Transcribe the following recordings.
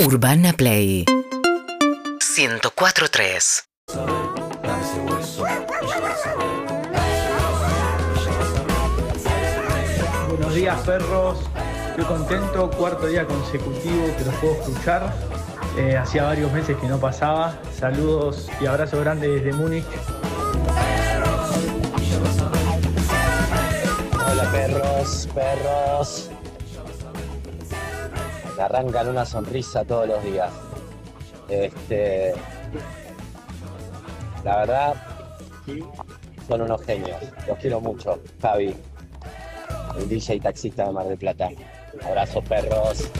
Urbana Play 104.3 Buenos días, perros. Estoy contento, cuarto día consecutivo que los puedo escuchar. Eh, hacía varios meses que no pasaba. Saludos y abrazo grande desde Múnich. Hola perros, perros. Me arrancan una sonrisa todos los días. Este, la verdad, son unos genios. Los quiero mucho. Javi, el DJ taxista de Mar del Plata. Abrazos perros.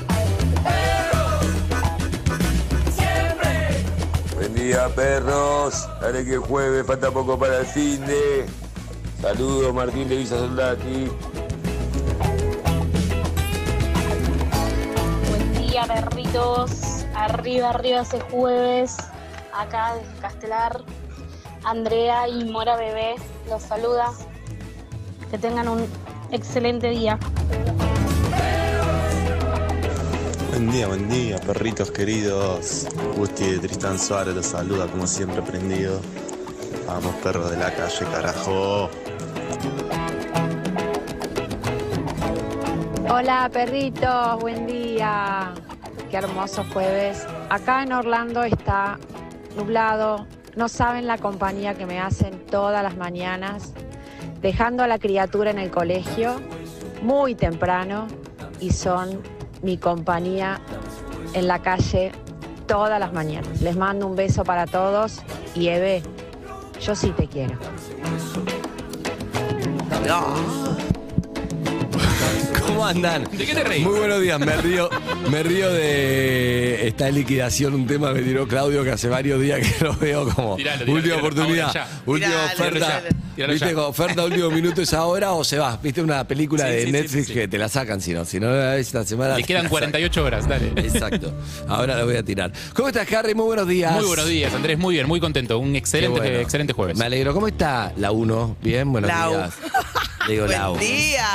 Buen día, perros. Dale que es jueves, falta poco para el fin de. Saludos, Martín de Villa Soldati. Buen día, perritos. Arriba, arriba ese jueves. Acá desde Castelar. Andrea y Mora Bebé los saluda. Que tengan un excelente día. Buen día, buen día, perritos queridos. Gusti de Tristán Suárez los saluda como siempre prendido. Vamos, perros de la calle, carajo. Hola perritos, buen día. Qué hermoso jueves. Acá en Orlando está nublado. No saben la compañía que me hacen todas las mañanas, dejando a la criatura en el colegio muy temprano y son mi compañía en la calle todas las mañanas. Les mando un beso para todos y Eve, yo sí te quiero. ¿Cómo andan? ¿De qué te reís? Muy buenos días, me río, me río de esta liquidación, un tema que tiró Claudio que hace varios días que lo veo como Tiralo, tiralo, última tiralo, oportunidad, ahora ya. última Tiralo, oferta. tiralo, tiralo ¿Viste? ya. Como oferta último minuto es ahora o se va. ¿Viste una película Sí, de sí, sí, sí, Netflix sí. que te la sacan si no? Si no la ves esta semana. Le te quedan la 48 horas, dale. sacan. Exacto. Ahora la voy a tirar. ¿Cómo estás, Harry? Muy buenos días. Muy buenos días, Andrés. Muy bien, muy contento. Un Qué excelente, bueno. excelente jueves. Me alegro. ¿Cómo está la 1? Bien, buenos Lau. días. Le digo ¿eh? Buen la 1. día.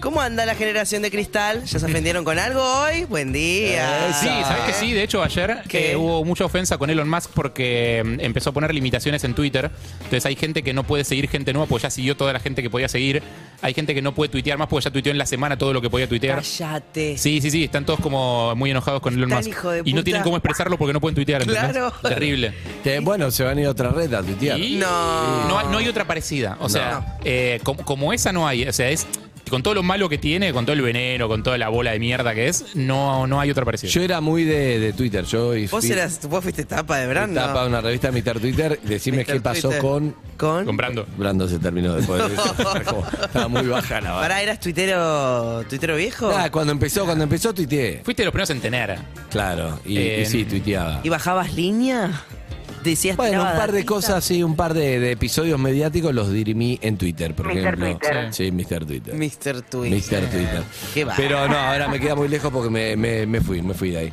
¿Cómo anda la generación de cristal? ¿Ya se ofendieron con algo hoy? Buen día. Eh, Sí, sabes que sí. De hecho, ayer ¿Qué? eh, hubo mucha ofensa con Elon Musk porque mm, empezó a poner limitaciones en Twitter. Entonces hay gente que no puede seguir gente nueva, pues ya siguió toda la gente que podía seguir. Hay gente que no puede tuitear más, porque ya tuiteó en la semana todo lo que podía tuitear. Cállate. Sí, sí, sí. Están todos como muy enojados con Elon Tan Musk. hijo de Y no puta. tienen cómo expresarlo porque no pueden tuitear. ¿entendés? Claro. Terrible. Te- bueno, se van a ir a otra red a tuitear. Y No. No hay, no hay otra parecida. O sea, No. eh, com- como, esa no hay. O sea, es con todo lo malo que tiene, con todo el veneno, con toda la bola de mierda que es, no, no hay otra parecida. Yo era muy de, de Twitter. Yo y Vos, fui- eras, vos fuiste tapa de Brando. Tapa una revista Mister Twitter. Decime Mr. qué pasó Twitter. con. Con. Comprando. Brando se terminó después. de eso. Fue como- Estaba muy baja la barra. Pará, ¿eras tuitero, tuitero viejo? Nada, Ah, cuando empezó, cuando empezó tuiteé. Fuiste de los primeros en tener. Claro, y, Eh, y sí, tuiteaba. ¿Y bajabas línea? Decías Bueno, un tiraba par de datita. cosas, sí, un par de, de episodios mediáticos los dirimí en Twitter, por ejemplo. Twitter. Sí, Mr. Twitter. Mr. Twitch. Mr. Twitter. Qué va. Pero no, ahora me queda muy lejos porque me, me- me fui, me fui de ahí.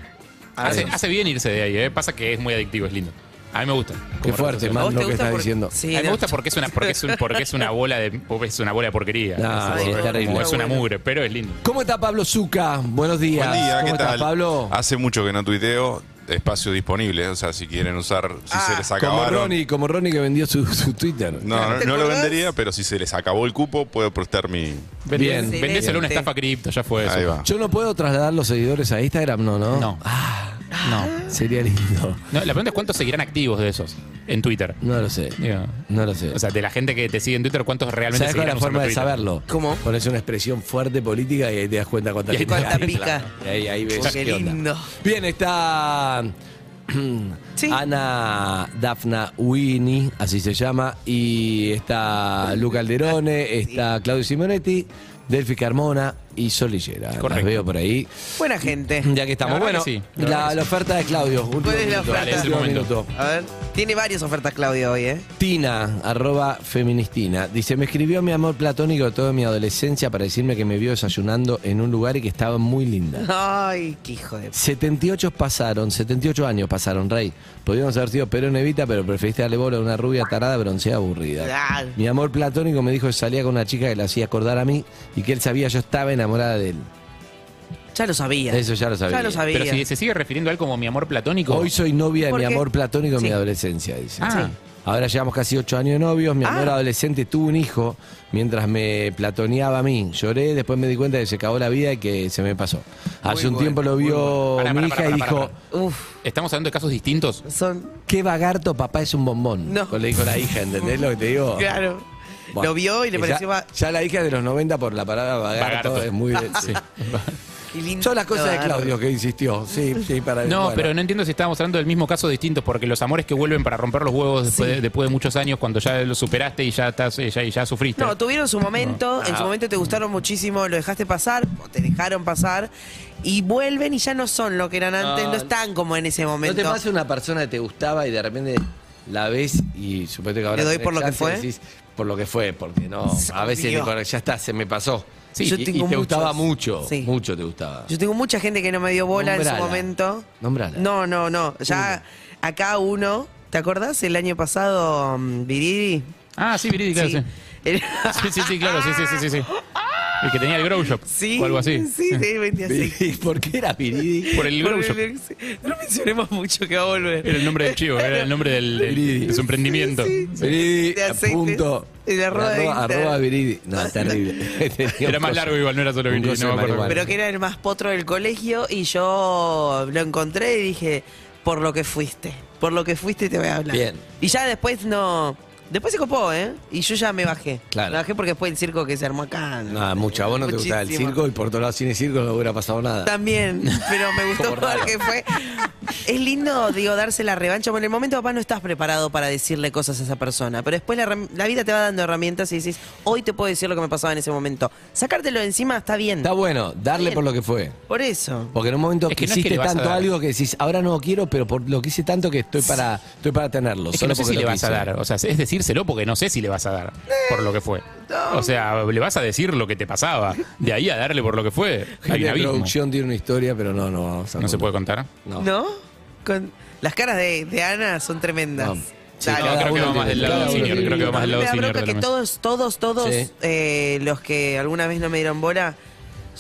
Ah, Hace, hace bien irse de ahí, ¿eh? Pasa que es muy adictivo, es lindo. A mí me gusta. Qué Como fuerte, recomendación. man, vos lo te que gusta estás por- diciendo. Sí, A mí me no. gusta porque es una, porque es un- porque es una bola de es una bola de porquería. No, es, sí, como- ah, es terrible. como es una mugre, pero es lindo. ¿Cómo está Pablo Zuca? Buenos días. Buen día, ¿Cómo ¿qué estás, tal? Pablo? Hace mucho que no tuiteo, espacio disponible, o sea, si quieren usar, si Ah, se les Como acabaron. Ronnie, como Ronnie que vendió su, su Twitter. No, no, Ah, ¿Te no lo acordás? vendería, pero si se les acabó el cupo, puedo prestar mi. Bien. Vendéselo a una Excelente. estafa cripto, ya fue eso. Ahí va. Yo no puedo trasladar los seguidores a Instagram, no, ¿no? No. Ah, No. sería lindo. No, La pregunta es cuántos seguirán activos de esos en Twitter. No lo sé. Digo, No lo sé. O sea, de la gente que te sigue en Twitter, ¿cuántos realmente ¿Sabes cuál es seguirán la usando forma de saberlo? Twitter? ¿Cómo? Pones una expresión fuerte política y ahí te das cuenta cuánta Y ahí gente cuánta hay, pica. claro. Y ahí, ahí ves Qué qué onda. lindo. Bien, está Sí. Ah, Ana Dafna Winnie, así se llama, y está Luca Alderone, está Claudio Simonetti, Delphi Carmona y Sol Lillera. Las Correcto. veo por ahí. Buena gente. Ya que estamos. La verdad bueno, que sí, la la, verdad que sí. la oferta de Claudio. Último ¿Cuál es la minuto, oferta? dale, es el Último momento. A ver. Tiene varias ofertas, Claudio, hoy, ¿eh? Tina, arroba feministina, dice, me escribió mi amor platónico de toda mi adolescencia para decirme que me vio desayunando en un lugar y que estaba muy linda. Ay, qué hijo de. 78 pasaron, 78 años pasaron, Rey. Podríamos haber sido Perón Evita, pero preferiste darle bola a una rubia tarada bronceada aburrida. Ah, Mi amor platónico me dijo que salía con una chica que la hacía acordar a mí y que él sabía yo estaba enamorada de él. Ya lo sabía. Eso ya lo sabía. Ya lo sabía. Pero si se sigue refiriendo a él como mi amor platónico. Hoy soy novia de ¿Por mi qué? amor platónico en mi Sí. adolescencia, dice. Ah. Sí. Ahora llevamos casi ocho años de novios. Mi amor Ah. adolescente tuvo un hijo mientras me platoneaba a mí. Lloré, después me di cuenta que se acabó la vida y que se me pasó. Hace un bueno, tiempo lo vio Pará, mi pará, hija pará, y pará, dijo: pará. Uf, ¿Estamos hablando de casos distintos? son. Qué vagarto, papá es un bombón. No. Le dijo la hija, ¿entendés lo que te digo? Claro. Bueno, lo vio y le ya- pareció. va- Ya, la hija de los 90 por la parada vagarto, Vagarto. Ah, es muy. sí. qué lindo. Son las cosas de Claro. Claudio que insistió. Sí, sí, para Eh, No, bueno. pero no entiendo si estábamos hablando del mismo caso distinto, porque los amores que vuelven para romper los huevos después, de, después de muchos años, cuando ya lo superaste y ya estás, eh, ya, y ya sufriste. No, tuvieron su momento, en Ah. su momento te gustaron muchísimo, lo dejaste pasar, o te dejaron pasar, y vuelven y ya no son lo que eran antes, No, no, están como en ese ¿No momento. te pasa una persona que te gustaba y de repente la ves y suponete que ahora ¿Le doy tenés por lo que chance, fue? decís, por lo que fue, porque no. A Obvio. veces digo, ya está, se me pasó. Sí, y, yo y te tengo muchos. gustaba mucho. Sí. Mucho te gustaba. Yo tengo mucha gente que no me dio bola en Nombrala. su momento. Nombrala. No, no, no. Ya acá uno, ¿te acordás el año pasado, mm, Viridi? Ah, sí, Viridi, claro, sí. El- Sí, sí, sí, claro, sí, sí, sí, sí. sí. El que tenía el grow shop Sí, o algo así. Sí, sí, vendía así. ¿Y por qué era Piridi? Por el grow shop. Porque- No mencionemos mucho que va a volver. Era el nombre del chivo, era el nombre del, del- de su emprendimiento. Viridi, De aceites. punto. El arroba de arroba, Instagram. arroba Viridi. No, terrible. Tenía Era un más coso- largo igual, no era solo un Viridi, coso de no me acuerdo. marihuana. Pero que era el más potro del colegio y yo lo encontré y dije, por lo que fuiste, por lo que fuiste te voy a hablar. Bien. Y ya después no... Después se copó, ¿eh? Y yo ya me bajé. Claro. Me bajé porque después el circo que se armó acá. No, mucho. A vos no te gustaba el Muchísimo. circo y por todos lados sin el circo no hubiera pasado nada. También, pero me gustó Como raro. porque fue. Es lindo, digo, darse la revancha. Bueno, en el momento, papá, no estás preparado para decirle cosas a esa persona. Pero después la, herram- la vida te va dando herramientas y dices, hoy te puedo decir lo que me pasaba en ese momento. Sacártelo de encima está bien. Está bueno, darle Bien. por lo que fue. Por eso. Porque en un momento Es que no es que quisiste le vas a tanto dar. algo que decís, ahora no lo quiero, pero por lo que hice tanto que estoy para, estoy para tenerlo. Es que solo no sé porque si lo le vas a quise. dar, o sea, es decírselo porque no sé si le vas a dar por lo que fue. O sea, le vas a decir lo que te pasaba. De ahí a darle por lo que fue. Hay Hay un una abismo. producción tiene una historia, pero no, no vamos a No se puede contar. No. contar. ¿No? Con, las caras de, de Ana son tremendas. No. Sí, Dale. No, creo que va uno más del tiene- cada lado del uno señor. tiene- Creo que va más A del mí me lado del da señor. bronca de la que mesa. todos, todos, todos Sí. eh, los que alguna vez no me dieron bola,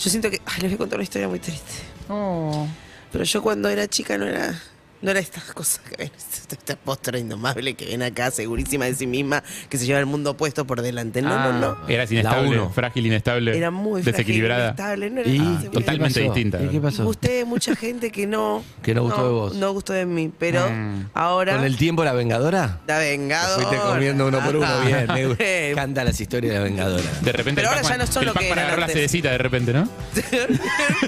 yo siento que. Ay, les voy a contar una historia muy triste. Pero yo cuando era chica no era. No era estas cosas que ven, esta, esta postura indomable que ven acá, segurísima de sí misma, que se lleva el mundo puesto por delante. No, no, no. Eras La inestable, uno. frágil, inestable, Era muy frágil, desequilibrada. inestable, no era Y, nada ¿y segura. qué Totalmente pasó? distinta. ¿Y qué pasó? Gusté de mucha gente que no. Que no gustó de vos. No gustó de mí, pero Mm. ahora. ¿Con el tiempo la vengadora? La Te vengadora. fuiste comiendo uno por uno, bien. me gusta. Eh, Canta las historias de la vengadora. De repente Pero el ahora Pac-Man- ya no son el lo que Pac-Man eran agarra la antes. sedecita de repente, ¿no?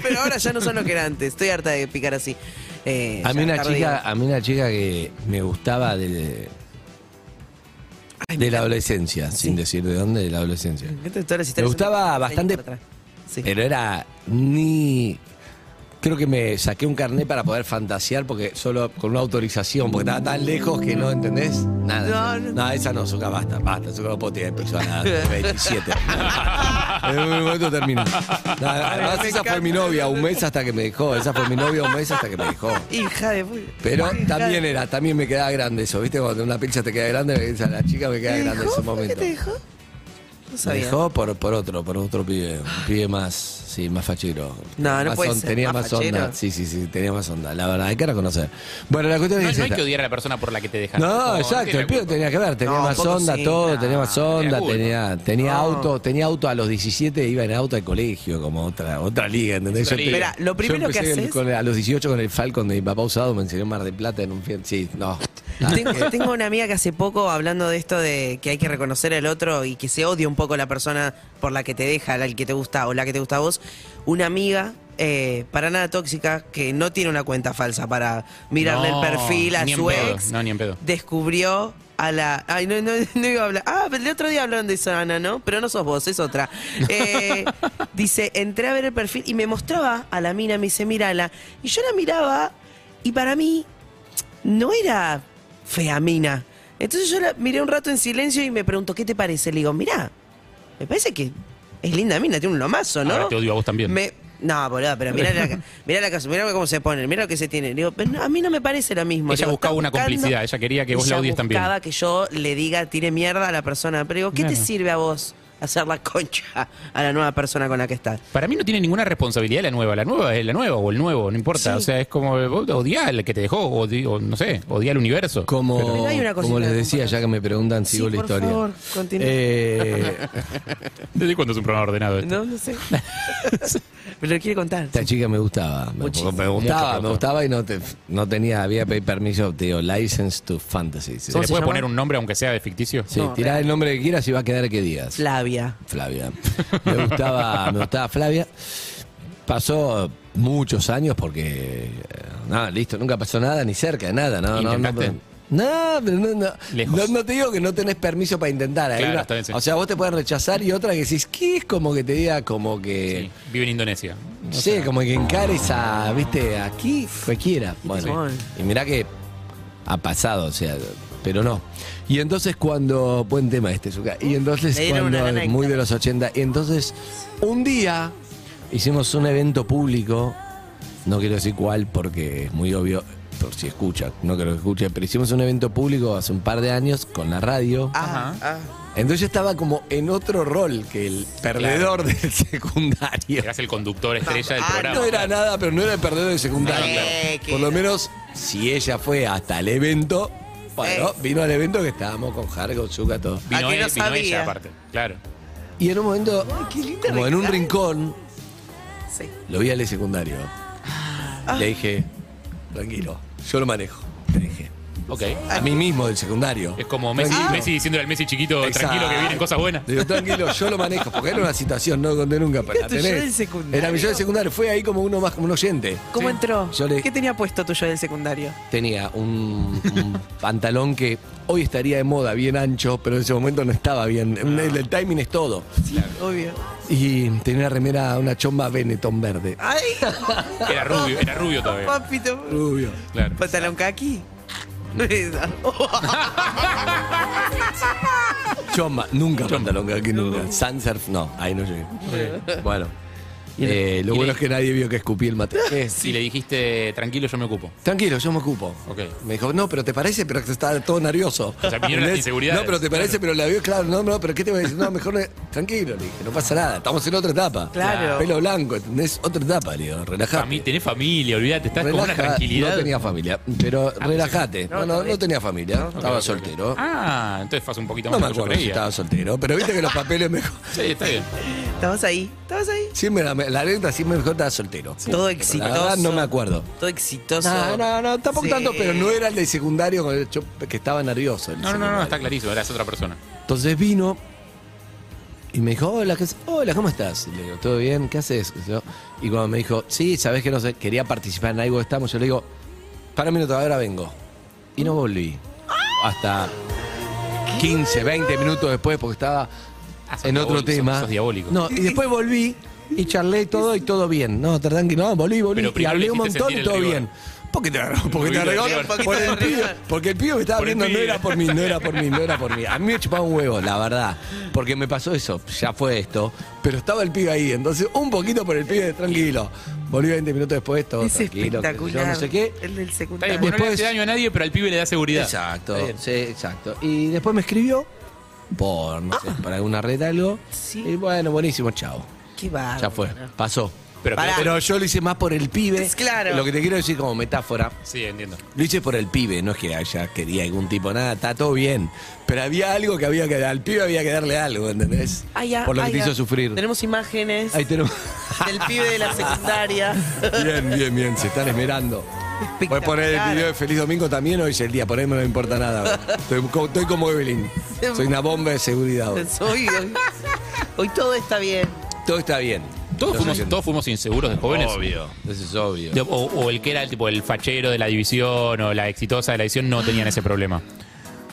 pero ahora ya no son lo que era antes. Estoy harta de picar así. Eh, A mí ya una tardío. chica, a mí una chica que me gustaba de, de la adolescencia, sin decir de dónde, de la adolescencia. Me encantan todas las Me historias. gustaba bastante, Eh, Atrás. Sí. pero era ni. Creo que me saqué un carnet para poder fantasear porque solo con una autorización, porque estaba tan lejos que no entendés nada. Ah, No, no. esa no, Zucca, basta, basta. Zucca no puedo tirar el piso a la 27. en un momento termino. No, además, me esa fue encanta. mi novia un mes hasta Ah, que me dejó. Esa fue mi novia un mes hasta que me dejó. Hija de. pu- Pero hija también de- era, también me quedaba grande eso, ¿viste? Cuando una pincha te queda grande, me dice, la chica me queda ¿Te grande en dejó? ese ¿Por qué momento. te dejó? No Me sabía. dejó por, por otro, por otro pibe, un pibe más, sí, más fachero. No, no Más puede on- ser, Tenía más, más onda, fachero. sí, sí, sí, tenía más onda, la verdad, hay que reconocer. Bueno, la cuestión No, es no hay esta. que odiar a la persona por la que te dejan. No, No, no exacto, tiene el pibe culpa. tenía que ver, tenía No, más un poco onda sí, todo, no, tenía más onda, tenía culpa. tenía, tenía No. auto, tenía auto a los 17, iba en auto al colegio, como otra, otra liga, ¿entendés? Otra Yo liga. te- Mirá, lo yo primero que empecé haces- con el- a los 18 con el Falcon de mi papá usado, me enseñó Mar de Plata en un fiel. Sí, no. Tengo, tengo una amiga que hace poco, hablando de esto de que hay que reconocer al otro y que se odia un poco la persona por la que te deja, la el que te gusta o la que te gusta a vos, una amiga eh, para nada tóxica que no tiene una cuenta falsa para mirarle No, el perfil a ni en su pedo, ex, No, ni en pedo. descubrió a la... Ay, no, no, no iba a hablar. Ah, pero el otro día hablaron de eso, Ana, ¿no? Pero no sos vos, es otra. Eh, dice, entré a ver el perfil y me mostraba a la mina, me dice, mírala. Y yo la miraba y para mí no era fea mina. Entonces yo la miré un rato en silencio y me preguntó, ¿qué te parece? Le digo, mirá, me parece que es linda mina, tiene un lomazo, ¿no? Ahora te odio a vos también. Me- no, boludo, pero mirá la, mirá la casa, mirá cómo se pone, mirá lo que se tiene. Le digo, pero no, a mí no me parece lo mismo. Le Ella digo, buscaba está una buscando- complicidad, ella quería que vos la Ella odies también. buscaba que yo le diga, tire mierda a la persona. Pero digo, ¿qué Claro. te sirve a vos? hacer la concha a la nueva persona con la que estás. Para mí no tiene ninguna responsabilidad la nueva. La nueva es la nueva o el nuevo, no importa. Sí. O sea, es como eh, vos odiá al que te dejó, o, di- o no sé, odiá al universo. Como, Pero hay una como cosita les de decía, ya que me preguntan si Sí, hubo la por historia. favor, continúe. Eh, ¿Desde cuándo es un programa ordenado este? esto? No, no sé. Me lo quiere contar. esta chica me gustaba. Me, Muchísimo. me gustaba, me gustaba y no, te- no tenía, había pedido permiso, te digo, license to fantasy. ¿Se Sí, le se puede llama? poner un nombre aunque sea de ficticio? Sí, tirá el nombre que quieras y va a quedar que digas. Flavia. Flavia. Me gustaba, me gustaba Flavia. Pasó muchos años porque eh, nada, listo, nunca pasó nada, ni cerca de nada, no, no, no. ¿Intentaste? No, pero no, no, Lejos. no, no te digo que no tenés permiso para intentar. Hay Claro, una- está bien, sí. O sea, vos te puedes rechazar y otra que decís, ¿qué es como que te diga como que. Sí, Vive en Indonesia. Sí, como que encares a, viste, aquí cualquiera. Bueno, Sí. y mirá que ha pasado, o sea, pero no. Y entonces cuando, buen tema este, Zucca. y entonces Me dieron una cuando, gana de muy de cantar. los 80, y entonces un día hicimos un evento público, no quiero decir cuál porque es muy obvio, por si escucha, no creo que escuche, pero hicimos un evento público hace un par de años con la radio. Ah, ah. Entonces yo estaba como en otro rol que el perdedor del secundario. Eras el conductor estrella del Ah, Eh, programa. Ah, No era nada, pero no era el perdedor de secundario. No, claro. Por lo menos, si ella fue hasta el evento, bueno, Eh. vino al evento que estábamos con Harry, con Zucca, todo. Vino, Aquí él, no vino sabía. ella aparte. Claro. Y en un momento, como en un reclamo. rincón, Sí. lo vi al de secundario. Le dije, tranquilo, yo lo manejo. Le dije, Ok. a mí mismo del secundario. Es como Messi, Tranquilo. Messi diciéndole al Messi chiquito, tranquilo que Exacto. vienen cosas buenas. Le digo, tranquilo, yo lo manejo, porque era una situación, no lo conté nunca, pero Era la tu yo tenés. del secundario. Era mi yo del secundario, fue ahí como uno más, como un oyente. ¿Cómo entró? Yo le- ¿Qué tenía puesto tuyo del secundario? tenía un, un pantalón que hoy estaría de moda, bien ancho, pero en ese momento no estaba bien. El, el timing es todo. Obvio. Y tenía una remera, una chomba Benetton verde. ¡Ay! Era rubio, era rubio todavía. Papito. Rubio. Claro. Pantalón caqui. Oh, Chomba, nunca pantalón que nunca. Sunsurf, no, ahí no llegué. Bueno. Eh, lo y bueno le- es que nadie vio que escupí el mate. Eh, Y le dijiste, tranquilo, yo me ocupo. Tranquilo, yo me ocupo. Ok. Me dijo, no, pero te parece, pero estaba todo nervioso. O sea, vinieron las inseguridades. No, pero te parece, pero la vio, claro, no, no, pero ¿qué te voy a decir? No, mejor no- tranquilo, le dije, no pasa nada, estamos en otra etapa. Claro. Pelo blanco, ¿entendés? Otra etapa, le digo, relajate. Fami- tenés familia, olvídate, estás con una Relaja- tranquilidad. No tenía familia, pero relajate. No, no, no tenía familia, estaba soltero. Ah, entonces fue un poquito No más me de lo que yo acuerdo si creía. estaba soltero, pero viste que los papeles mejor. Sí, está bien. Estabas ahí. Estabas ahí. Siempre la, la anécdota siempre mejor estaba soltero. Todo La exitoso. verdad no me acuerdo. Todo exitoso. No, no, no, tampoco Sí. tanto, pero no era el de secundario con el cho- que estaba nervioso. el No, no, no, no, secundario. está clarísimo, eras otra persona. Entonces vino y me dijo, hola, ¿qué haces? hola, ¿cómo estás? Y le digo, ¿todo bien? ¿Qué haces? Y yo- Y cuando me dijo, sí, sabes que no sé, quería participar en algo que estamos, yo le digo, para un minuto, ahora vengo. Y no volví. Hasta 15, 20 minutos después, porque estaba Ah, sos en otro diabólico, sos- tema. sos diabólico. No, y después volví y charlé todo y todo bien. No, que no, volví, volví. Pero y primero hablé le un hiciste montón sentir y el todo rigor. bien. ¿Por qué te agarró? Porque te Un poquito agarró. de rigor. Por el pibe, porque el pibe que estaba Por el viendo no pibe. era por mí, no era por mí, no era por mí. A mí me chupaba un huevo, la verdad. Porque me pasó eso, ya fue esto. Pero estaba el pibe ahí, entonces un poquito por el pibe, tranquilo. Volví 20 minutos después, todo Es tranquilo. qué sé yo, espectacular. No sé qué. El del Está bien, secundario. vos no le Después- hace daño a nadie, pero al pibe le da seguridad. Exacto, sí, exacto. Y después me escribió por, no sé, por alguna red algo. Sí. Y bueno, buenísimo, chao. Qué bárbaro. eh, Ya fue, pasó. Pero- Pero, Pará. yo lo hice más por el pibe. Es claro. Lo que te quiero decir como metáfora, Sí, entiendo. lo hice por el pibe, no es que haya quería algún tipo, nada, está todo bien. Pero había algo que había que dar, al pibe había que darle algo, ¿entendés? Ay, ya, por lo ay, que te ya. hizo sufrir. Tenemos imágenes Ahí tenemos. del pibe de la secundaria. bien, bien, bien, se están esmerando. Puedes poner el Espectacular. video de Eh, Feliz Domingo también, hoy es el día, por ahí no me importa nada. Estoy, co- estoy como Evelyn, soy una bomba de seguridad. hoy. Hoy, hoy, hoy todo está bien. Todo está bien. Todos Yo sé fuimos, que- todos fuimos inseguros de jóvenes. Obvio, eso es obvio. O, o el que era tipo el fachero de la división o la exitosa de la división no tenían ese problema.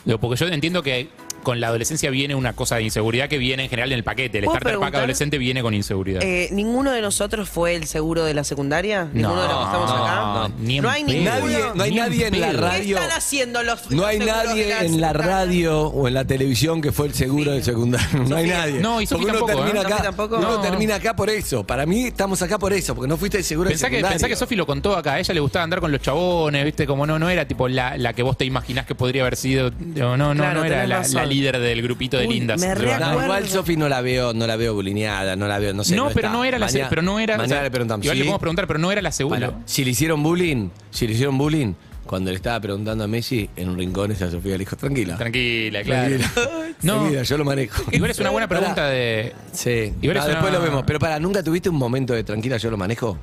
Digo, Porque yo entiendo que con la adolescencia viene una cosa de inseguridad que viene en general en el paquete. El ¿Puedo starter pack preguntar? adolescente viene con inseguridad. Eh, ¿Ninguno de nosotros fue el seguro de la secundaria? ¿Ninguno de los que estamos acá? no, ni en no hay pedo. ninguno. Nadie, no hay Ni en nadie en la pedo. ¿Qué radio. están haciendo los No los hay seguros de nadie en la secundaria? radio o en la televisión que fue el seguro del secundario. No hay nadie. No, y Sofi Porque uno tampoco, termina ¿eh? acá. Sofi tampoco. Uno No. termina acá por eso. Para mí estamos acá por eso, porque no fuiste el seguro del Pensá que, secundario. pensá que Sofi lo contó acá, a ella le gustaba andar con los chabones, viste, como no, no era tipo la, la que vos te imaginás que podría haber sido, no, no, no, Claro, no era tenés la, razón. la líder del grupito de Uy, lindas. me de re- Banda. acuerdo. No, igual Sofi no la veo, no la veo bulineada, no la veo, no sé. no, pero está. no era la Mañana- segunda. Pero no era. Mañana o sea, le preguntamos. Igual le ¿sí? podemos preguntar, pero no era la segunda. Bueno, si le hicieron bullying, si le hicieron bullying, cuando le estaba preguntando a Messi, en un rincón esa Sofía le dijo, tranquila. Tranquila, claro. tranquila. No. Tranquila, yo lo manejo. Igual es una buena Pará. pregunta de. Sí. Igual es Ah, después una- lo vemos. Pero para, ¿nunca tuviste un momento de tranquila, yo lo manejo?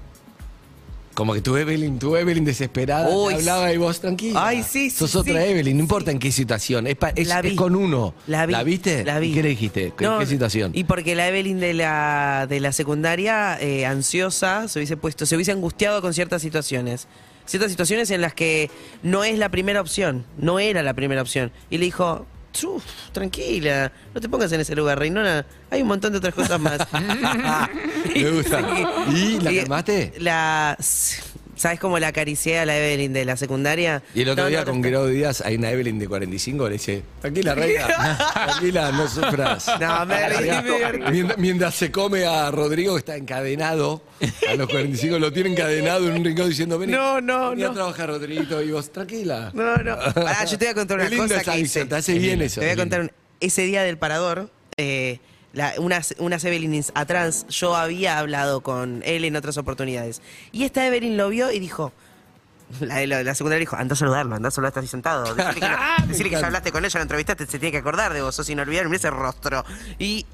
Como que tu Evelyn, tu Evelyn desesperada, Uy, te hablaba y vos tranquila. Ay, sí, sí, Sos otra sí. Evelyn, no importa en qué situación. Es, pa- es- La vi. es con uno. La vi. viste? La vi. ¿Y qué le dijiste? ¿En No, qué situación? Y porque la Evelyn de la, de la secundaria, eh, ansiosa, se hubiese puesto, se hubiese angustiado con ciertas situaciones. Ciertas situaciones en las que no es la primera opción, no era la primera opción. Y le dijo, "Uf, tranquila, no te pongas en ese lugar, Reinona, hay un montón de otras cosas más. Me gusta. ¿Y la calmaste? La, ¿Sabes cómo la acaricié a la Evelyn de la secundaria? Y el otro No, día no, con no, Gerardo Díaz hay una Evelyn de 45, le dice, tranquila, reina, tranquila, no sufras. No, me reí, me Mientras- mientras, mientras se come a Rodrigo, que está encadenado, a los 45 lo tiene encadenado en un rincón diciendo, vení, No, no, vení a no. trabajar, Rodrigo, y vos, tranquila. No, no. Pará, yo te voy a contar una Qué lindo cosa esa que hice. visión, Te hace bien eso. Te voy a contar un- ese día del parador, eh, la- unas, unas Evelyn's atrás, yo había hablado con él en otras oportunidades. Y esta Evelyn lo vio y dijo, la, de la, la secundaria dijo, anda a saludarlo, anda a saludarlo, está ahí sentado. Decirle que, no- decirle que ya hablaste con ella, la entrevistaste, se tiene que acordar de vos, sos inolvidable, mirá ese rostro. Y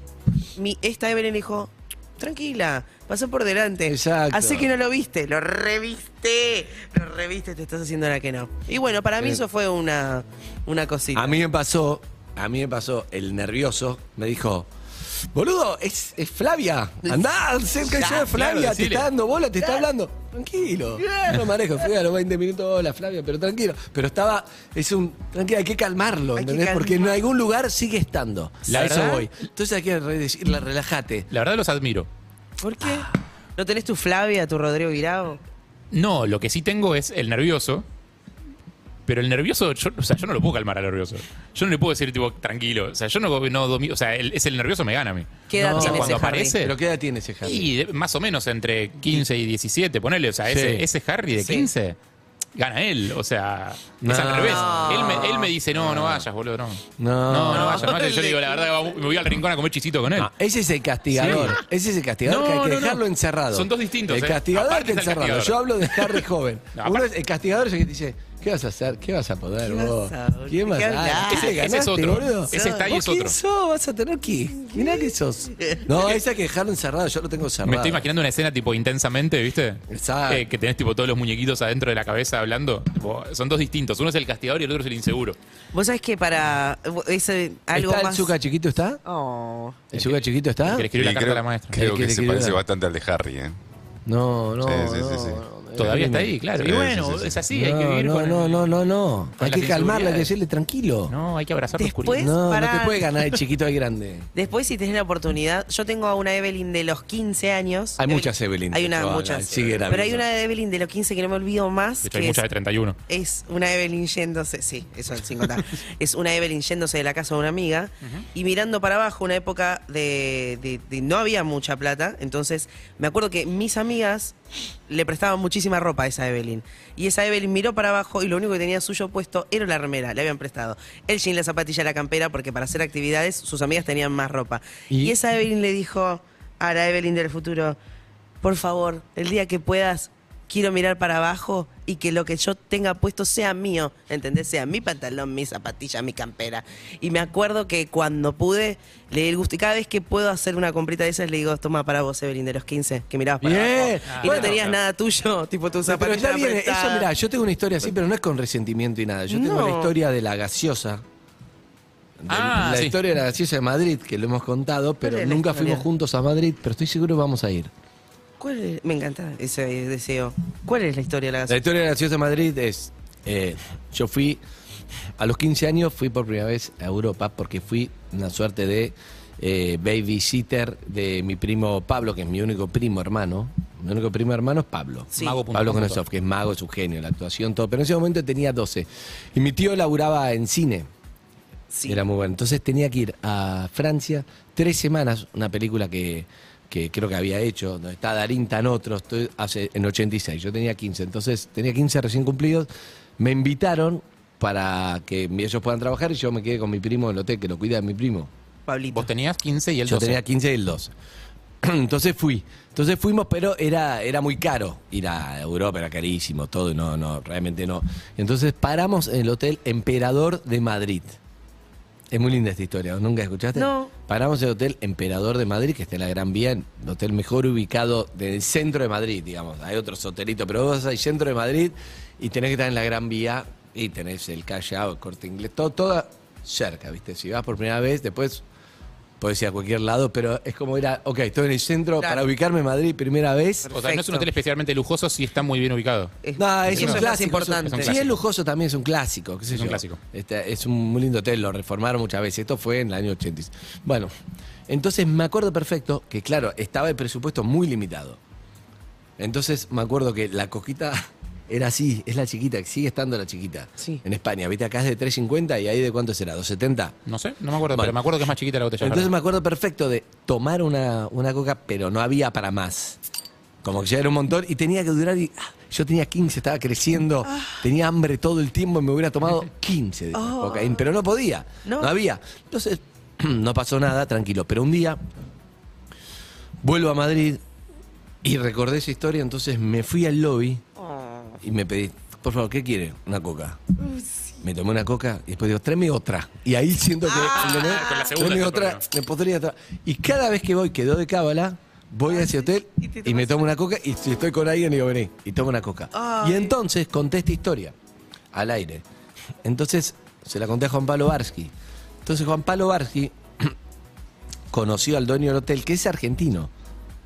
mi, esta Evelyn dijo, tranquila, pasó por delante. Exacto. Así que no lo viste, lo reviste, lo reviste, te estás haciendo la que no. Y bueno, para mí Sí. eso fue una, una cosita. A mí me pasó, a mí me pasó, el nervioso me dijo. Boludo, es, es Flavia. Andá, cerca Ya, ya de Flavia, claro, te decile. está dando bola, te está hablando. Tranquilo. Yo lo manejo, fui a los 20 minutos, hola Flavia, pero tranquilo. Pero estaba, es un. Tranquilo, hay que calmarlo, Hay que ¿entendés? calmar. Porque en algún lugar sigue estando. La A eso verdad- voy. Entonces hay que re- decirle, relájate. La verdad los admiro. Ah. ¿Por qué? ¿No tenés tu Flavia, tu Rodrigo Virao? No, lo que sí tengo es el nervioso. Pero el nervioso, yo, o sea, yo no lo puedo calmar al nervioso. Yo no le puedo decir, tipo, tranquilo. O sea, yo no, no domino. O sea, el, es el nervioso me gana a mí. ¿Qué edad o sea, tiene cuando ese Harry? aparece. ¿Pero qué edad tiene ese Harry? Y de- más o menos entre 15 y 17, ponele. O sea, Sí. ese, ese Harry de Sí. 15 gana él. O sea, No. es al revés. Él me, él me dice, no, no vayas, boludo, no. No. no, no vayas. No vayas. Yo digo, la verdad, vamos- me voy al rincón a comer chisito con él. No, ese es el castigador. Sí. Ese es el castigador No, que hay que no, no. dejarlo encerrado. Son dos distintos, El ¿eh? castigador Aparte que está el encerrado. castigador. Yo hablo de Harry joven. No, Uno aparte- es- el castigador es el que te dice, ¿qué vas a hacer? ¿Qué vas a poder ¿Qué vos? vas a- ¿Quién vas qué a hablas? ¿Qué te Ah, Ese es ganaste, otro. boludo? Ese está y ¿Vos es quién otro. sos? ¿Vas a tener que? Mirá que sos. No, ese hay que dejarlo encerrado. Yo lo tengo cerrado. Me estoy imaginando una escena tipo intensamente, ¿viste? Exacto. Eh, que tenés tipo todos los muñequitos adentro de la cabeza hablando. Tipo, son dos distintos. Uno es el castigador y el otro es el inseguro. Vos sabés que para ese algo ¿Está más... el Zuka chiquito? ¿Está? Oh. ¿El Zuka chiquito está? Que le escribió la Y carta creo, a la maestra. creo ¿Qué que le se quiere parece dar? bastante al de Harry, ¿eh? No, no. Sí, sí, no, sí, sí. no. Todavía está ahí, claro. Sí, y bueno, sí, sí, sí. es así, hay que No, vivir no, con no, el- no, no, no. con Hay las que calmarlo, hay que inseguridades. decirle tranquilo. No, hay que abrazar los Después- oscuridad. No, no pará. te puede ganar el chiquito al grande. Después, si tenés la oportunidad, yo tengo a una Evelyn de los 15 años. Hay muchas Evelyn. Hay una, No, muchas. sigue la pero hay misma. una Evelyn de los 15 que no me olvido más. De hecho, hay que es- muchas de 31. es una Evelyn yéndose, sí, eso sin contar. es una Evelyn yéndose de la casa de una amiga y mirando para abajo, una época de, de- de no había mucha plata, entonces me acuerdo que mis amigas le prestaban muchísima ropa a esa Evelyn. Y esa Evelyn miró para abajo y lo único que tenía suyo puesto era la remera, le habían prestado. El jean, la zapatilla, la campera, porque para hacer actividades sus amigas tenían más ropa. Y- y esa Evelyn le dijo a la Evelyn del futuro, por favor, el día que puedas, quiero mirar para abajo y que lo que yo tenga puesto sea mío, ¿entendés? Sea mi pantalón, mi zapatilla, mi campera. Y me acuerdo que cuando pude, le di el gusto. Y cada vez que puedo hacer una comprita de esas, le digo, toma para vos, Evelyn, de los 15, que mirabas para Bien. abajo. Y Bueno. no tenías nada tuyo, tipo tu Pero zapatilla está bien, prestada. eso, mirá, Ah, yo tengo una historia así, pero no es con resentimiento y nada. Yo tengo No. la historia de la gaseosa. De- Ah, la sí. historia de la gaseosa de Madrid, que lo hemos contado, ¿Cuál pero es la nunca historia? fuimos juntos a Madrid, pero estoy seguro que vamos a ir. ¿Cuál es? Me encanta ese deseo. ¿Cuál es la historia de la La gaseosa? historia de la gaseosa de Madrid es, eh, yo fui, a los 15 años fui por primera vez a Europa porque fui una suerte de eh, babysitter de mi primo Pablo, que es mi único primo hermano. Mi único primo hermano es Pablo. Sí. Mago.com. Pablo Konosov, que es mago, es un genio, la actuación, todo. Pero en ese momento tenía 12. Y mi tío laburaba en cine. Sí. Era muy bueno. Entonces tenía que ir a Francia tres semanas, una película que, que creo que había hecho, donde está Darín Tanotro, estoy hace, en 86. Yo tenía 15, entonces tenía 15 recién cumplidos. Me invitaron para que ellos puedan trabajar y yo me quedé con mi primo en el hotel, que lo cuida mi primo. Pablito. Vos tenías 15 y él Yo 12. tenía 15 y el 2. Entonces fui. Entonces fuimos, pero era, era muy caro ir a Europa, era carísimo, todo, y no, no, realmente no. Entonces paramos en el Hotel Emperador de Madrid. Es muy linda esta historia, ¿vos ¿nunca escuchaste? No. Paramos en el Hotel Emperador de Madrid, que está en la Gran Vía, el hotel mejor ubicado del centro de Madrid, digamos. Hay otros hotelitos, pero vos vas al centro de Madrid y tenés que estar en la Gran Vía y tenés el Callao, el Corte Inglés, todo, todo cerca, ¿viste? Si vas por primera vez, después podés ir a cualquier lado, pero es como ir a, ok, estoy en el centro Claro. para ubicarme en Madrid primera vez. O sea, no es un Perfecto. hotel especialmente lujoso, sí está muy bien ubicado. Es- No, es eso un es más clásico. importante. es un Sí, clásico. es lujoso también, es un clásico. qué sé Es un yo. clásico. Este, es un muy lindo hotel, lo reformaron muchas veces. Esto fue en el año 80. Bueno, entonces me acuerdo perfecto que, claro, estaba el presupuesto muy limitado. Entonces me acuerdo que la cosquita era así, es la chiquita, que sigue estando la chiquita. Sí. En España, viste, acá es de 3.50 y ahí de cuánto será, 2.70. No sé, no me Bueno. acuerdo, pero me acuerdo que es más chiquita la botella. Entonces claro. me acuerdo perfecto de tomar una, una coca, pero no había para más. Como que ya era un montón y tenía que durar. y, ah, yo tenía 15, estaba creciendo, tenía hambre todo el tiempo y me hubiera tomado 15 de esas Oh. cocaína, pero no podía. No. no había. Entonces, no pasó nada, tranquilo. Pero un día, vuelvo a Madrid y recordé esa historia, entonces me fui al lobby y me pedí, por favor, ¿qué quiere? Una coca. Me tomé una coca y después digo, tráeme otra. Y ahí siento que. ¿entendés? Ah. con la segunda Tráeme te otra, problema. me podría tra- Y cada vez que voy, que doy de cábala, voy hacia hotel y te y, me tomo una coca. Y si estoy con alguien, digo, vení, y tomo una coca. Y entonces conté esta historia al aire. Entonces se la conté a Juan Pablo Barsky. Entonces Juan Pablo Barsky conoció al dueño del hotel, que es argentino.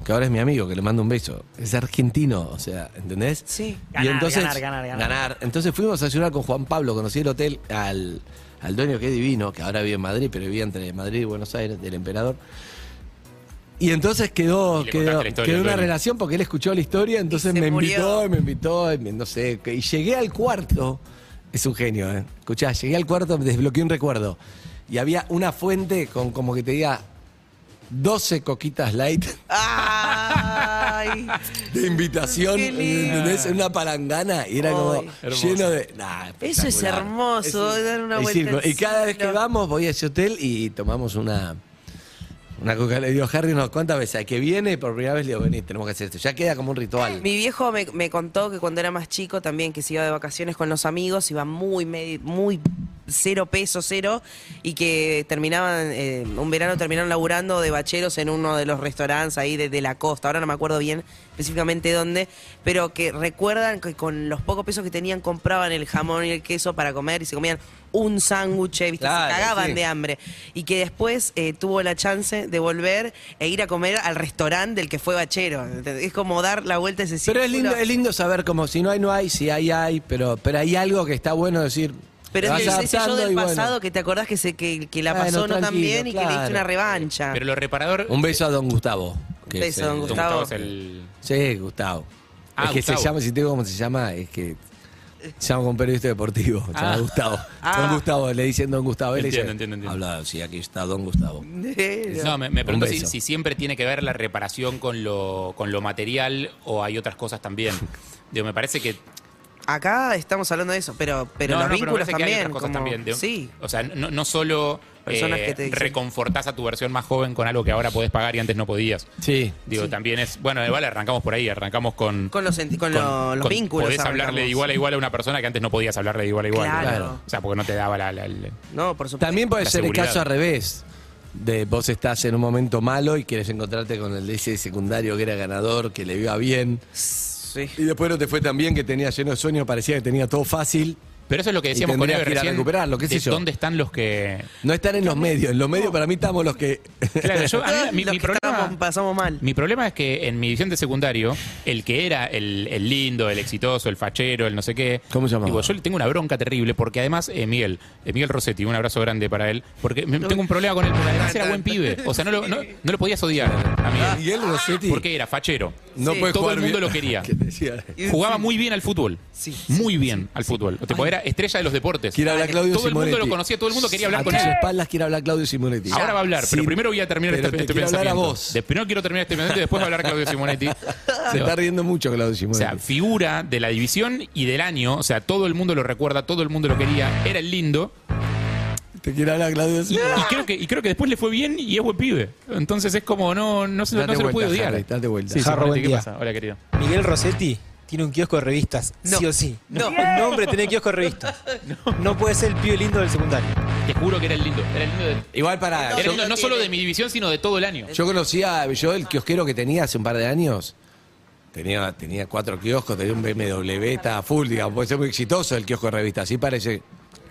Que ahora es mi amigo, que le mando un beso. Es argentino, o sea, ¿entendés? Sí. y Ganar, entonces, ganar, ganar, ganar. Entonces fuimos a desayunar con Juan Pablo, conocí el hotel al, al dueño que es divino, que ahora vive en Madrid, pero vivía entre Madrid y Buenos Aires, del emperador. Y entonces quedó, Y le quedó, contaste la historia quedó al una dueño. relación porque él escuchó la historia, entonces se me invitó, murió. y me invitó, y me- no sé, que- y llegué al cuarto, es un genio, ¿eh? Escuchá, llegué al cuarto, me desbloqueé un recuerdo. Y había una fuente con como que te diga 12 coquitas light Ay. de invitación, Qué lindo. ¿entendés? En Una palangana y era Ay. como Hermoso. lleno de. nah, Eso es espectacular. hermoso, dar una el vuelta circo. al Y cada vez que cielo. vamos voy a ese hotel y tomamos una. Una coca le dio Harry unas cuantas veces. Al que viene por primera vez le digo, vení, tenemos que hacer esto. Ya queda como un ritual. Mi viejo me, me contó que cuando era más chico también, que se iba de vacaciones con los amigos, iba muy, medi- muy cero peso, cero, y que terminaban, eh, un verano terminaron laburando de bacheros en uno de los restaurantes ahí de, de la costa, ahora no me acuerdo bien específicamente dónde, pero que recuerdan que con los pocos pesos que tenían compraban el jamón y el queso para comer y se comían un sándwich, eh, ¿viste? Claro, se cagaban sí. de hambre. Y que después eh, tuvo la chance de volver e ir a comer al restaurante del que fue bachero. ¿entendés? Es como dar la vuelta a ese Pero es círculo. lindo, es lindo saber como si no hay, no hay, si hay, hay, pero, pero hay algo que está bueno decir. Pero te es vas el- ese yo adaptando del y bueno. pasado que te acordás que, se, que, que la Bueno, pasó no tan tranquilo, bien y que le diste claro. una revancha. Pero lo reparador. Un beso a don Gustavo. que Beso, es el- don Don Gustavo. es el. Sí, Gustavo. Ah, es que Gustavo. se llama, si te digo cómo se llama, es que se llama con un periodista deportivo, se llama Ah. Gustavo. Ah. Don Gustavo, le dicen Don Gustavo. Él le Entiendo, dice, entiendo, entiendo. Habla, sí, aquí está Don Gustavo. No, me, me Un pregunto si, beso. si siempre tiene que ver la reparación con lo, con lo material o hay otras cosas también. Digo, me parece que. Acá estamos hablando de eso, pero, pero no, los no, me vínculos parece que hay también. otras cosas como- también, digo. sí. O sea, no, no solo Personas eh, que te dicen- reconfortás a tu versión más joven con algo que ahora podés pagar y antes no podías. Sí. Digo, también es. Bueno, igual arrancamos por ahí, arrancamos con. Con los, senti- con con- lo- los con- vínculos. Podés hablarle de hablamos. igual a igual a una persona que antes no podías hablarle de igual a igual. Claro. ¿no? O sea, porque no te daba la. la- la- No, por supuesto. También puede La ser seguridad. el caso al revés. De vos estás en un momento malo y quieres encontrarte con el de ese secundario que era ganador, que le iba bien. Sí. Y después no te fue tan bien, que tenía lleno de sueños, parecía que tenía todo fácil. Pero eso es lo que decíamos con tendrías Eve que ir a recién, recuperarlo, qué sé de yo. ¿Dónde están los que.? No están en los medios. En los medios para mí estamos los que. Claro, yo, a mí- mi, Los mi que problema. estábamos- pasamos mal. Mi problema es que en mi visión de secundario, el que era el, el lindo, el exitoso, el fachero, el no sé qué. ¿Cómo se llamaba? digo, yo le tengo una bronca terrible porque además, eh, Miguel, eh, Miguel Rossetti, un abrazo grande para él, porque me- tengo un problema con él, porque además era buen pibe. O sea, no lo, no, no lo podías odiar. a Miguel. Miguel Rossetti Porque era fachero. no Sí, puede todo jugar el bien. mundo lo quería. ¿Qué decía? Jugaba muy bien al fútbol. Sí, sí, Muy bien al fútbol. Tipo, era estrella de los deportes. Quiere hablar Claudio Ah, Todo el mundo Simonetti. lo conocía, todo el mundo quería hablar a con tus él. espaldas quiere hablar Claudio Simonetti. Ahora va a hablar, pero Sí. primero voy a terminar Pero este, te este quiero hablar pensamiento. a vos. De- primero quiero terminar este pensamiento y después va a hablar Claudio Simonetti. Se está riendo mucho Claudio O sea, Simonetti. figura de la división y del año. O sea, todo el mundo lo recuerda, todo el mundo lo quería. Era el lindo. te quiere hablar Claudio Y, y Simonetti. creo, que, y creo que después le fue bien y es buen pibe. Entonces es como, no, no, se, no Date se lo vuelta, puede odiar. Harry, date vuelta. Sí, Jarro, Simonetti, buen ¿qué día. pasa? Hola, querido. Miguel Rossetti tiene un kiosco de revistas, No. sí o sí. No. Un nombre tener kiosco de revistas. No. puede ser el pibe lindo del secundario. Te juro que era el lindo. Era el lindo, de- Igual para. era el Yo, lindo no solo de mi división, sino de todo el año. yo conocía, yo el kiosquero que tenía hace un par de años. Tenía, tenía cuatro kioscos, tenía un BMW, estaba full, digamos, puede ser muy exitoso el kiosco de revista, así parece.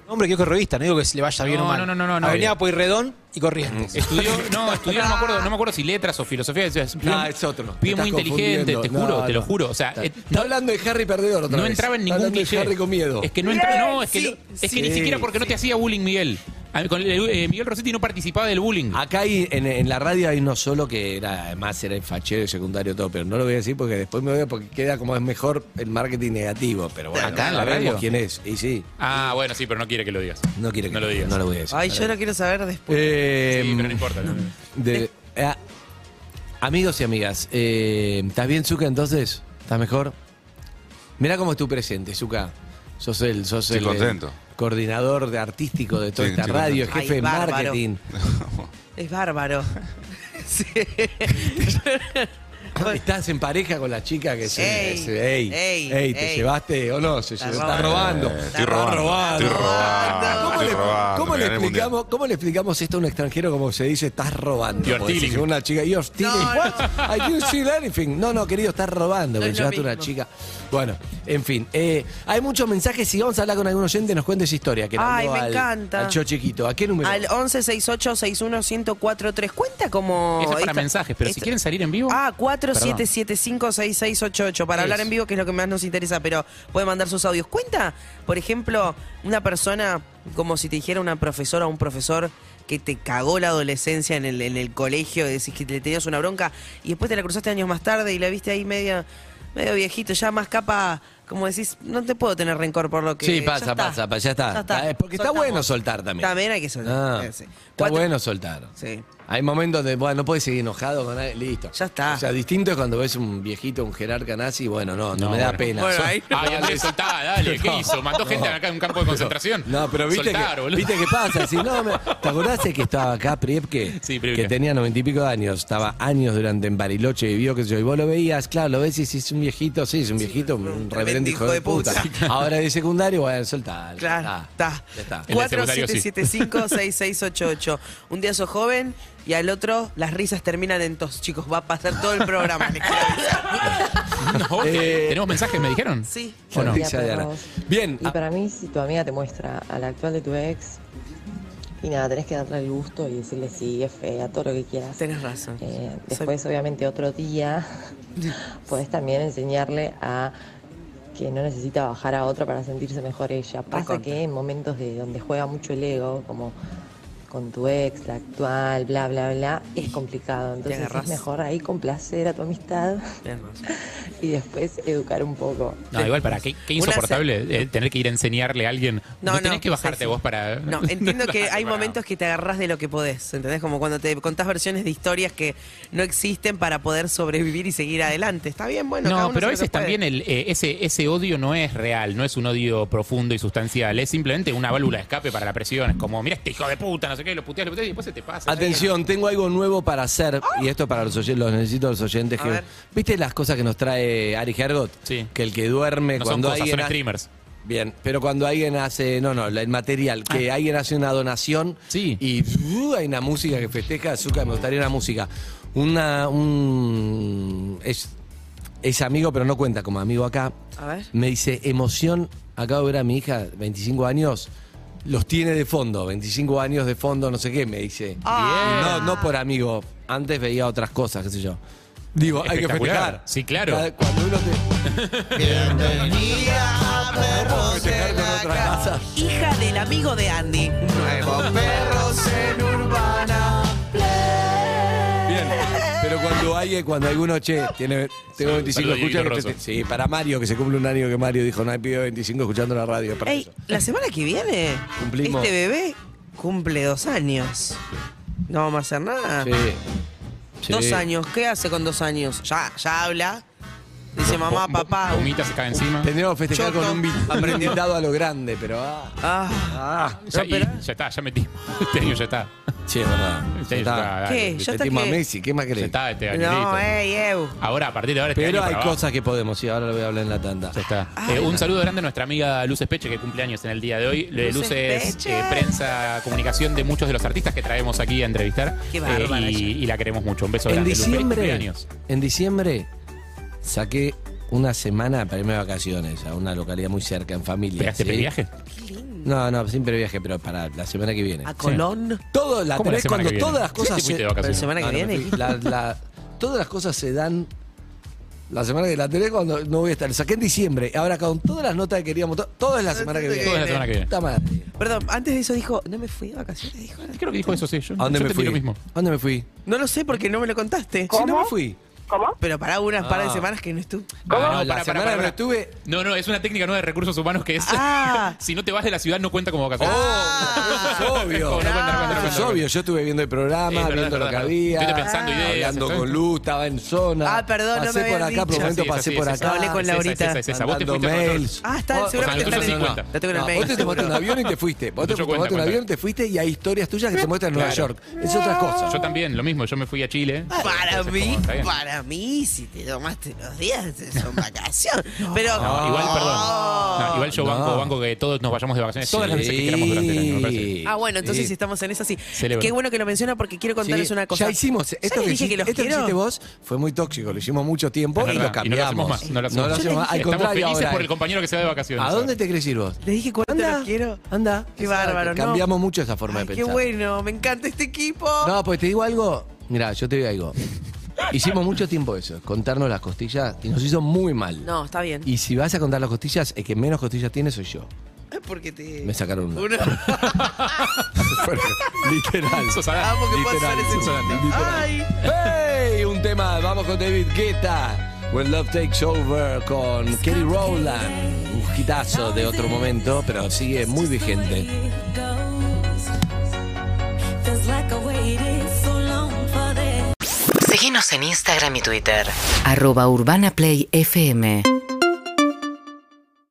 Nombre kiosco de revistas, no digo que se le vaya bien No, o mal. no, no, no, no. Avenida Pueyrredón y Corrientes. Mm. Estudió, no, estudió, no me acuerdo, no me acuerdo si letras o filosofía. es- es- No, Ah, es otro. Pibe Te muy estás inteligente, te confundiendo. juro, No, te lo no. juro. O sea, Está, eh, está no, hablando de Harry Perdedor otra no vez. entraba en Está ningún hablando de cliché. Harry con miedo. Es que no entraba, no, es que, Sí, no- es que sí, ni siquiera porque no te hacía bullying Miguel. A mí, con el- eh, Miguel Rossetti no participaba del bullying. Acá hay- en, en la radio hay uno solo que era, además era el fachero y secundario todo, pero no lo voy a decir porque después me voy a porque queda como es mejor el marketing negativo. Pero bueno, ¿Acá en la sabemos radio? quién es. Y sí, Ah, bueno, sí, pero no quiere que lo digas. no quiere que No lo digas. No lo voy a decir. Ay, No yo lo- lo quiero saber después. Eh, Sí, pero no importa. no, no. de- eh, amigos y amigas, eh, ¿estás bien, Zuka, entonces? ¿Estás mejor? Mirá cómo es tu presente, Zuka. Sos el, sos Estoy el, contento. el coordinador de artístico de toda Sí, esta estoy radio, contento. jefe Ay, de bárbaro. marketing. Es bárbaro. Sí. Estás en pareja con la chica que se. Pues- Ey, se- ey, ey, ey, te ey. llevaste o no, se, se La está robaron. robando. Eh, Está estoy robando. Estoy robando. ¿Cómo, estoy le, robando, cómo me le gané el mundial. explicamos, ¿Cómo le explicamos esto a un extranjero como se dice, estás robando? You're Como decís, stealing. una chica, you're stealing. No, What? I didn't steal anything. No, no, querido, estás robando. No porque es lo llevaste una mismo. chica. Bueno, en fin. eh, hay muchos mensajes. Si vamos a hablar con algún oyente, nos cuente esa historia. Que le Ay, habló me al, encanta. Al chiquito. ¿A qué número? Al 1168-61-1043. Cuenta como. Eso es para esta- mensajes, pero si esta- quieren salir en vivo. Ah, 47756688 para Eso. hablar en vivo, que es lo que más nos interesa, pero pueden mandar sus audios. Cuenta, por ejemplo, una persona, como si te dijera una profesora o un profesor que te cagó la adolescencia en el, en el colegio, y decís que le tenías una bronca y después te la cruzaste años más tarde y la viste ahí media, medio viejito, ya más capa, como decís, no te puedo tener rencor por lo que. Sí, ya pasa, está, pasa, pasa, ya está. Eh, Porque está Soltamos. bueno soltar también. También hay que soltar. Ah, eh, sí. está Cuatro- bueno soltar. Sí. Hay momentos donde bueno, no puedes seguir enojado con nadie, listo. Ya está. O sea, distinto es cuando ves un viejito, un jerarca nazi, bueno, no, no, No, me da bueno. pena. Bueno, Son- ahí- Ay, Andrés, soltá, dale, ¿qué hizo? Mandó gente acá en un campo de concentración. No, pero viste, Soltar, que, boludo. viste que pasa. Si no, me- ¿Te acordás de que estaba acá Priepke? Sí, Priebke. Que tenía noventa y pico de años. Estaba años durante en Bariloche vivió, que yo. Y vos lo veías, claro, lo ves y si es un viejito, sí, es un viejito, un reverendo hijo de puta. Ahora de secundario, bueno, soltar. Claro, está. Ya está. El del secundario, sí. 4775-6688. Un día sos joven y al otro las risas terminan en tos. Chicos, va a pasar todo el programa. les quiero avisar. No, Eh, ¿Tenemos mensajes, me dijeron? sí. La no? risa de Ana. Bien, a- para mí, si tu amiga te muestra a la actual de tu ex, y nada, tenés que darle el gusto y decirle sí, es fea, todo lo que quieras. Tenés razón. Eh, después, obviamente, otro día, podés también enseñarle a que no necesita bajar a otro para sentirse mejor ella. Pasa Recontra. que en momentos de donde juega mucho el ego, como con tu ex, la actual, bla, bla, bla, es complicado. Entonces agarrás. es mejor ahí complacer a tu amistad Tenés razón. y después educar un poco. No, igual, para qué, qué Una se- insoportable eh, tener que ir a enseñarle a alguien. No, No, no, tenés que bajarte sí, sí. vos para. No, entiendo que hay Para- momentos que te agarrás de lo que podés, ¿entendés? Como cuando te contás versiones de historias que no existen para poder sobrevivir y seguir adelante. Está bien, bueno. cada No, uno pero a hace lo veces que puede. también el, eh, ese, ese odio no es real, no es un odio profundo y sustancial, es simplemente una válvula de escape para la presión. Es como, mira este hijo de puta, no sé qué, lo puteas, lo puteas y después se te pasa. Atención, tengo algo nuevo para hacer y esto para los oyentes, los necesito a los oyentes A que ver. ¿Viste las cosas que nos trae Ari Gergot? Sí. Que el que duerme No son cuando cosas, alguien son ha- streamers. Bien, pero cuando alguien hace, no, no, la- el material, que alguien hace una donación Ah. Sí. y uh, hay una música que festeja, Azúcar, me gustaría una música. Una, un, es, es amigo, pero no cuenta como amigo acá. A ver. Me dice, emoción, acabo de ver a mi hija, 25 años, los tiene de fondo, 25 años de fondo, no sé qué, me dice. Ah. No, no por amigo, antes veía otras cosas, qué sé yo. Digo, hay que festejar. Espectacular. Sí, claro. Cada- Cuando uno te... Bienvenida a Perros Festejar en con la otra Casa. casa. Hija del amigo de Andy. Nuevos perros en Urbana. Bien, pero cuando hay, eh, cuando alguno, che, tiene, tengo Saludos, 25, saludos, escucha Dieguito que te- Rosso. Sí, para Mario, que se cumple un año que Mario dijo, no hay pibe de 25 escuchando la radio. para Ey, eso. la semana que viene, Cumplimos. este bebé cumple dos años. No vamos a hacer nada. Sí. Sí. Ah. Dos años, ¿qué hace con dos años? Ya, ya habla. Dice mamá, papá. Vomita, se cae encima. Tendríamos que festejar Choto. con un bit- hambre invitado a lo grande, pero ah. Ah, ah. Ya, y ya está, ya metimos. Este año ya está. Che, verdad. Este Ya año ya está. está. ¿Qué? dale. Ya está Metimos a que- Messi, ¿qué más Ya querés? está este año. no, eh. listo. ey, eu. Ahora, a partir de ahora, este Pero año hay para abajo. cosas que podemos, sí, ahora lo voy a hablar en la tanda. Ya está. Eh, un saludo grande a nuestra amiga Luz Espeche, que cumple años en el día de hoy. Le- Luz Luz es Espeche. eh, prensa, comunicación de muchos de los artistas que traemos aquí a entrevistar. Qué bárbara Eh, y, ella. y la queremos mucho. Un beso En grande. Luz, feliz diciembre, cumpleaños. en diciembre saqué una semana para irme de vacaciones a una localidad muy cerca, en familia. ¿Pegaste ¿sí? viaje? No, no, sin previaje, pero para la semana que viene. A Colón. Todo, la ¿Cómo la tenés semana cuando que viene? todas las Sí, cosas te fuiste de vacaciones. Pero la semana que me viene. fui. La- la- todas las cosas se dan. La semana que la tenés cuando no voy a estar. Saqué en diciembre. Ahora con todas las notas que queríamos. to- todo es la semana que viene. Todo es la semana que viene. Puta madre. Perdón, antes de eso dijo, no me fui de vacaciones, dijo. Creo que dijo eso, sí. Yo, ¿A dónde yo me entendí fui? lo mismo. ¿A dónde me fui? No lo sé porque no me lo contaste. Si no me fui. ¿Cómo? Pero para unas par de Ah. semanas que no estuve. Ah, no, no, la pará, pará, semana pará, que no pará. estuve. No, no, es una técnica nueva de recursos humanos que es. Ah. si no te vas de la ciudad, no cuenta como vacaciones. Ah, eso es obvio. No, no, no, no, Ah. no, no, no, es no. obvio. Yo estuve viendo el programa, Es verdad, viendo es lo que verdad. había. Estuviste pensando ideas, Hablando entonces. con Lu, estaba en zona. Ah, perdón, no me pasé por habías acá, por dicho. un momento Sí, es pasé así, por es así. acá. Hablé con Esa, Laurita. esa, esa, esa. Vos te mandando fuiste con mails. Ah, está, Vos- seguramente o sea, está lo tuyo en sí el cuenta. Te tengo en el No, mail. vos te tomaste un avión y te fuiste. Vos te Yo tomaste cuenta, un cuenta. avión y te fuiste y hay historias tuyas que se muestran en Nueva Claro. York. Es otra cosa. Yo también, lo mismo. Yo me fui a Chile. Para Ah, Entonces, mí, como, está bien. para mí, si te tomaste los días, son vacaciones. Pero. No, igual, perdón. No, igual yo Ah. No. banco, banco que todos nos vayamos de vacaciones todas las veces que queramos durante el año, me parece. Ah, bueno, entonces Sí. si estamos en esa, sí. Celebro. Qué bueno que lo menciona porque quiero contarles Sí, una cosa. Ya hicimos. Ya Esto, les que, dije que hiciste- los esto que quiero. hiciste vos fue muy tóxico. Lo hicimos mucho tiempo Es y verdad, lo cambiamos. y no lo hacemos más, no lo hacemos. Yo hacemos les más. Al dije- Estamos contrario, felices ahora. por el compañero que se va de vacaciones. ¿A dónde te querés ir vos? Les dije cuánto Anda, los quiero. Anda. Qué Exacto, bárbaro, ¿no? Cambiamos mucho esa forma Ay, de qué pensar. bueno, me encanta este equipo. No, pues te digo algo. Mira, yo te digo algo. Hicimos mucho tiempo eso, contarnos las costillas y nos hizo muy mal. No, está bien. Y si vas a contar las costillas, el que menos costillas tiene soy yo. Porque te. Me sacaron una. Uno. Bueno, literal. Sos Adán. Amo que pueda Literal, ser ese literal, chiste. literal. Ay. ¡Hey! Un tema, vamos con David Guetta. When Love Takes Over con Kelly Rowland. Un hitazo de otro momento, pero sigue muy vigente. Seguinos en Instagram y Twitter. Arroba Urbana Play FM.